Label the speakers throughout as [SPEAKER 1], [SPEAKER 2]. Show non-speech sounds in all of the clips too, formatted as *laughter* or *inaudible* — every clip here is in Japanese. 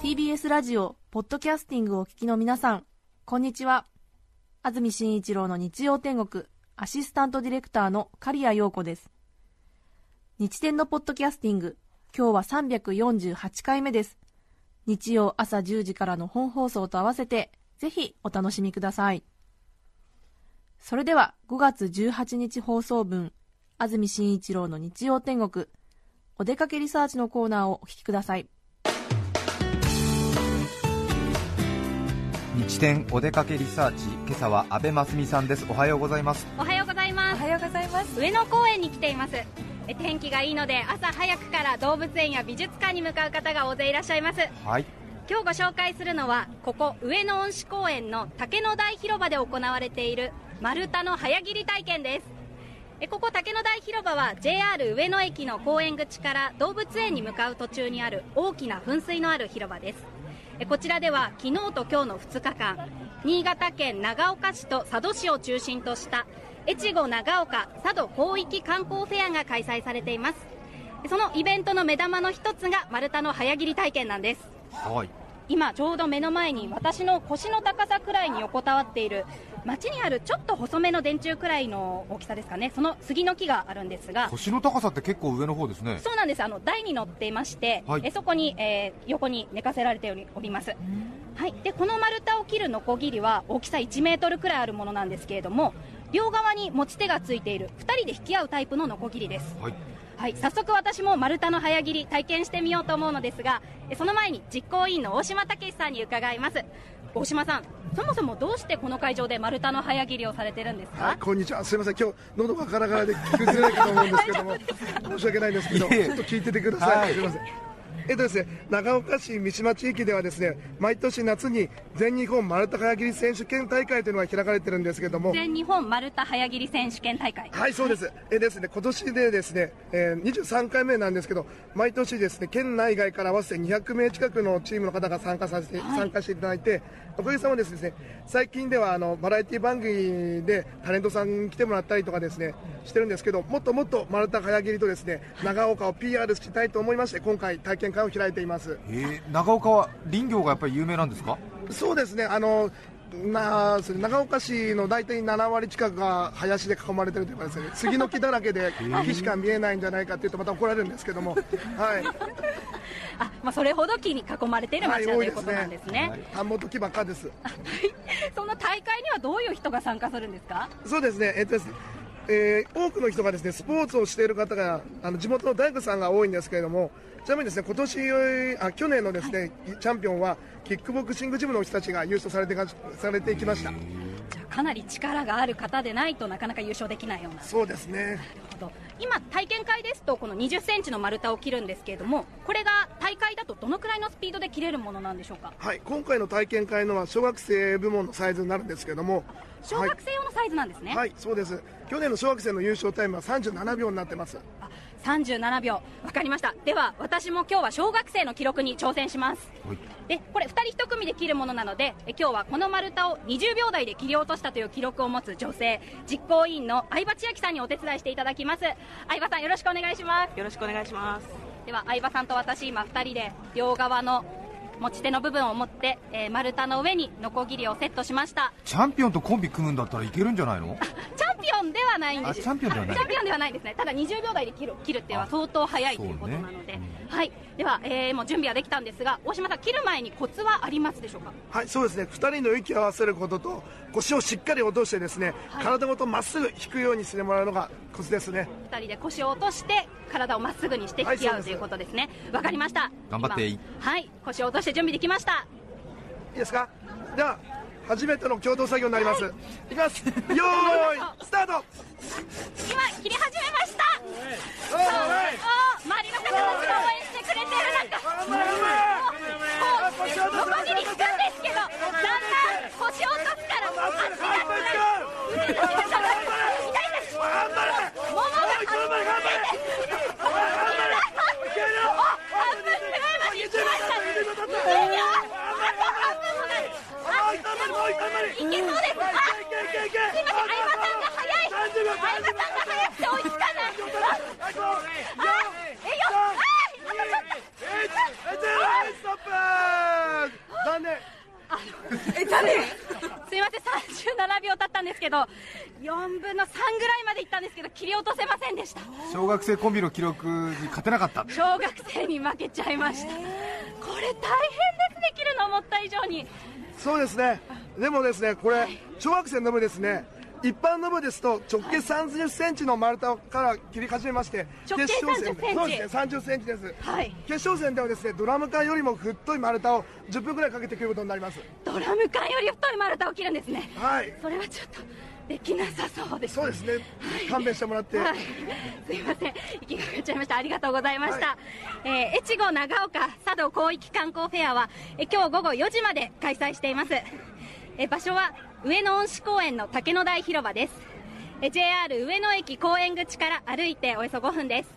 [SPEAKER 1] TBS ラジオポッドキャスティングをお聞きの皆さんこんにちは安住紳一郎の日曜天国アシスタントディレクターの刈谷陽子です日天のポッドキャスティング今日は348回目です日曜朝10時からの本放送と合わせてぜひお楽しみくださいそれでは5月18日放送分安住紳一郎の日曜天国お出かけリサーチのコーナーをお聞きください
[SPEAKER 2] 日天お出かけリサーチ今朝は阿部真澄さんですおはようございます
[SPEAKER 3] おはようございま
[SPEAKER 4] お
[SPEAKER 3] す
[SPEAKER 4] はようございます。
[SPEAKER 3] 上野公園に来ていますえ天気がいいので朝早くから動物園や美術館に向かう方が大勢いらっしゃいます
[SPEAKER 2] はい
[SPEAKER 3] 今日ご紹介するのはここ上野恩賜公園の竹の台広場で行われている丸太の早切り体験ですえここ竹の台広場は JR 上野駅の公園口から動物園に向かう途中にある大きな噴水のある広場ですえこちらでは昨日と今日の2日間新潟県長岡市と佐渡市を中心とした越後長岡佐渡広域観光フェアが開催されていますそのイベントの目玉の一つが丸太の早切り体験なんです
[SPEAKER 2] はい
[SPEAKER 3] 今ちょうど目の前に私の腰の高さくらいに横たわっている町にあるちょっと細めの電柱くらいの大きさですかねその杉の木があるんですが
[SPEAKER 2] 腰の高さって結構上の方ですね
[SPEAKER 3] そうなんですあの台に乗っていまして、
[SPEAKER 2] はい
[SPEAKER 3] えそこに、えー横に寝かせられておりおります、はい、でこの丸太を切るノコギリは大きさ1メートルくらいあるものなんですけれども両側に持ち手がついている2人で引き合うタイプのノコギリです
[SPEAKER 2] はい
[SPEAKER 3] はい、早速私も丸太の早切り体験してみようと思うのですがえその前に実行委員の大島武さんに伺います大島さんそもそもどうしてこの会場で丸太の早切りをされてるんです
[SPEAKER 5] はい、
[SPEAKER 3] か
[SPEAKER 5] こんにちは。すみません、今日喉がガラガラで聞きづらいかと思うんですけども、申し訳ないんですけど、
[SPEAKER 2] いえいえ
[SPEAKER 5] ちょっと聞いててくださ。
[SPEAKER 2] はいい
[SPEAKER 5] すみません。えっとですね、長岡市三島地域ではですね、毎年夏に全日本丸太早切り選手権大会というのが開かれてるんですけども、
[SPEAKER 3] 全日本丸太早切り選手権大会
[SPEAKER 5] はい、そうです。えですね、今年でですね、えー23回目なんですけど、毎年ですね、県内外から合わせて200名近くのチームの方が参加させて、参加していただいて、おかげさまでですね、最近ではあのバラエティ番組でタレントさんに来てもらったりとかですね、してるんですけど、もっともっと丸太早切りとですね、長岡を PR したいと思いまして、今回体験会を開いています。
[SPEAKER 2] えー、長岡は林業がやっぱり有名なんですか
[SPEAKER 5] そうですね、あの、なそれ長岡市の大体7割近くが林で囲まれてるというかですね、杉の木だらけで木しか見えないんじゃないかっていうと、また怒られるんですけども、はい、
[SPEAKER 3] あ、まあ、それほど木に囲まれている町だ
[SPEAKER 5] はい
[SPEAKER 3] と
[SPEAKER 5] 多い
[SPEAKER 3] いう
[SPEAKER 5] ですね
[SPEAKER 3] ことなんですね,、
[SPEAKER 5] 田んぼと木ばっかです。
[SPEAKER 3] その大会にはどういう人が参加するんですか
[SPEAKER 5] そうですね、えっとですねえー多くの人がですねスポーツをしている方があの地元の大工さんが多いんですけれども、ちなみにですね今年あ去年のですね、チャンピオンはキックボクシングジムの人たちが優勝されてかされていきました。
[SPEAKER 3] じゃあかなり力がある方でないとなかなか優勝できないような
[SPEAKER 5] そうですね。
[SPEAKER 3] こと今体験会ですとこの2 0ンチの丸太を切るんですけれどもこれが大会だとどのくらいのスピードで切れるものなんでしょうか
[SPEAKER 5] はい、今回の体験会のは小学生部門のサイズになるんですけども、
[SPEAKER 3] 小学生用のサイズなんですね、
[SPEAKER 5] はい、はい、そうです。去年の小学生の優勝タイムは37秒になってます。
[SPEAKER 3] あ37秒わかりましたでは私も今日は小学生の記録に挑戦します
[SPEAKER 2] はい
[SPEAKER 3] でこれ2人1組で切るものなのでえ今日はこの丸太を20秒台で切り落としたという記録を持つ女性実行委員の相葉千秋さんにお手伝いしていただきます相葉さんよろしくお願いします
[SPEAKER 6] よろしくお願いします。
[SPEAKER 3] では相葉さんと私今2人で両側の持ち手の部分を持って、えー丸太の上にノコギリをセットしました
[SPEAKER 2] チャンピオンとコンビ組むんだったらいけるんじゃないの
[SPEAKER 3] チャンピオンではないんです
[SPEAKER 2] あチャンピオンではない
[SPEAKER 3] チャンピオンではないですねただ20秒台で切る切るっていうのは相当早
[SPEAKER 2] あ
[SPEAKER 3] い
[SPEAKER 2] そ
[SPEAKER 3] と
[SPEAKER 2] うね
[SPEAKER 3] いうことなので、はいでは、えーもう準備はできたんですが大島さん切る前にコツはありますでしょうか
[SPEAKER 5] はい、そうですね。二人の息を合わせることと腰をしっかり落としてですね、
[SPEAKER 3] はい
[SPEAKER 5] 体ごとまっすぐ引くようにしてもらうのがコツですね。
[SPEAKER 3] 2人で腰を落として体をまっすぐにして引き合
[SPEAKER 5] は
[SPEAKER 3] う
[SPEAKER 5] いそうです
[SPEAKER 3] ということですねわ、かりました
[SPEAKER 2] 頑張って
[SPEAKER 3] 今はい腰を落として準備できました
[SPEAKER 5] いいですか？では初めての共同作業になります。い、きます。よー
[SPEAKER 3] *laughs*
[SPEAKER 5] い、スタート。
[SPEAKER 3] 今切り始めましたあー周りの方たちが応援してくれている中もうこう横切り引くんですけどだんだん腰を落とすから足が痛い痛い痛いももが熱くなって半分くらいまで行きました20秒あと半分もないあいけそうですあすいません相葉さんが早い相葉さんが早くて追いつかない
[SPEAKER 5] 残念
[SPEAKER 4] え、誰
[SPEAKER 3] すいません37秒経ったんですけど4分の3ぐらいまでいったんですけど切り落とせませんでした
[SPEAKER 2] 小学生コンビの記録に勝てなかった
[SPEAKER 3] 小学生に負けちゃいましたこれ大変ですね切るの思った以上に
[SPEAKER 5] そうですねでもですねこれ小学生の部ですね一般の部ですと直径3 0センチの丸太から切り始めまして
[SPEAKER 3] 直径
[SPEAKER 5] 戦
[SPEAKER 3] 30
[SPEAKER 5] そうですね3 0センチです
[SPEAKER 3] はい
[SPEAKER 5] 決勝戦ではですねドラム缶よりも太い丸太を10分ぐらいかけて切ることになります
[SPEAKER 3] ドラム缶より太い丸太を切るんですね
[SPEAKER 5] はい
[SPEAKER 3] それはちょっとできなさそうです
[SPEAKER 5] そうですね勘弁してもらって
[SPEAKER 3] はい、すいません、息が上がっちゃいました、ありがとうございました、えー越後長岡佐渡広域観光フェアは、えー今日午後4時まで開催しています、えー場所は上野恩賜公園の竹の台広場です、えー JR 上野駅公園口から歩いておよそ5分です、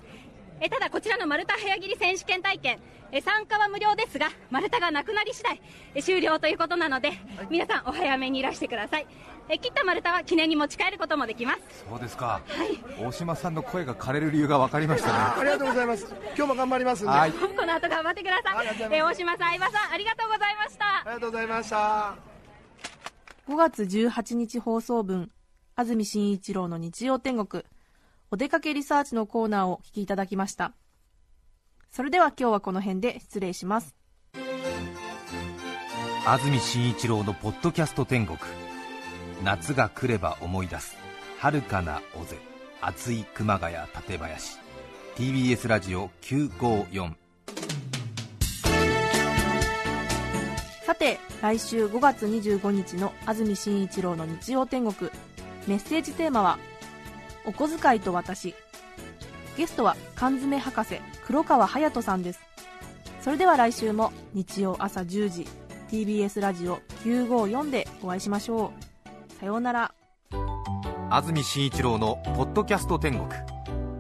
[SPEAKER 3] えーただこちらの丸太早切り選手権大会えー参加は無料ですが丸太がなくなり次第えー終了ということなので、皆さんお早めにいらしてくださいえー切った丸太は記念に持ち帰ることもできます
[SPEAKER 2] そうですか、大島さんの声が枯れる理由が分かりましたね
[SPEAKER 5] ありがとうございます今日も頑張りますんで
[SPEAKER 2] は
[SPEAKER 5] あ
[SPEAKER 2] い
[SPEAKER 3] この後頑張ってください
[SPEAKER 5] ありがとうございます
[SPEAKER 3] えー大島さん相葉さんありがとうございました
[SPEAKER 5] りがとうございました
[SPEAKER 1] 5月18日放送分安住紳一郎の日曜天国お出かけリサーチのコーナーをお聞きいただきましたそれでは今日はこの辺で失礼します
[SPEAKER 2] 安住紳一郎のポッドキャスト天国夏が来れば思い出す遥かな尾瀬熱い熊谷館林 TBS ラジオ954
[SPEAKER 1] さて来週5月25日の安住紳一郎の日曜天国メッセージテーマは「お小遣いと私」ゲストは缶詰博士黒川隼人さんですそれでは来週も日曜朝10時 TBS ラジオ954でお会いしましょうさようなら
[SPEAKER 2] 安住紳一郎の「ポッドキャスト天国」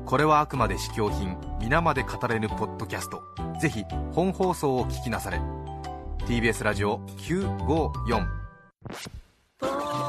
[SPEAKER 2] これはあくまで試供品皆まで語れぬポッドキャストぜひ本放送を聞きなされ TBS ラジオ954
[SPEAKER 4] ポッ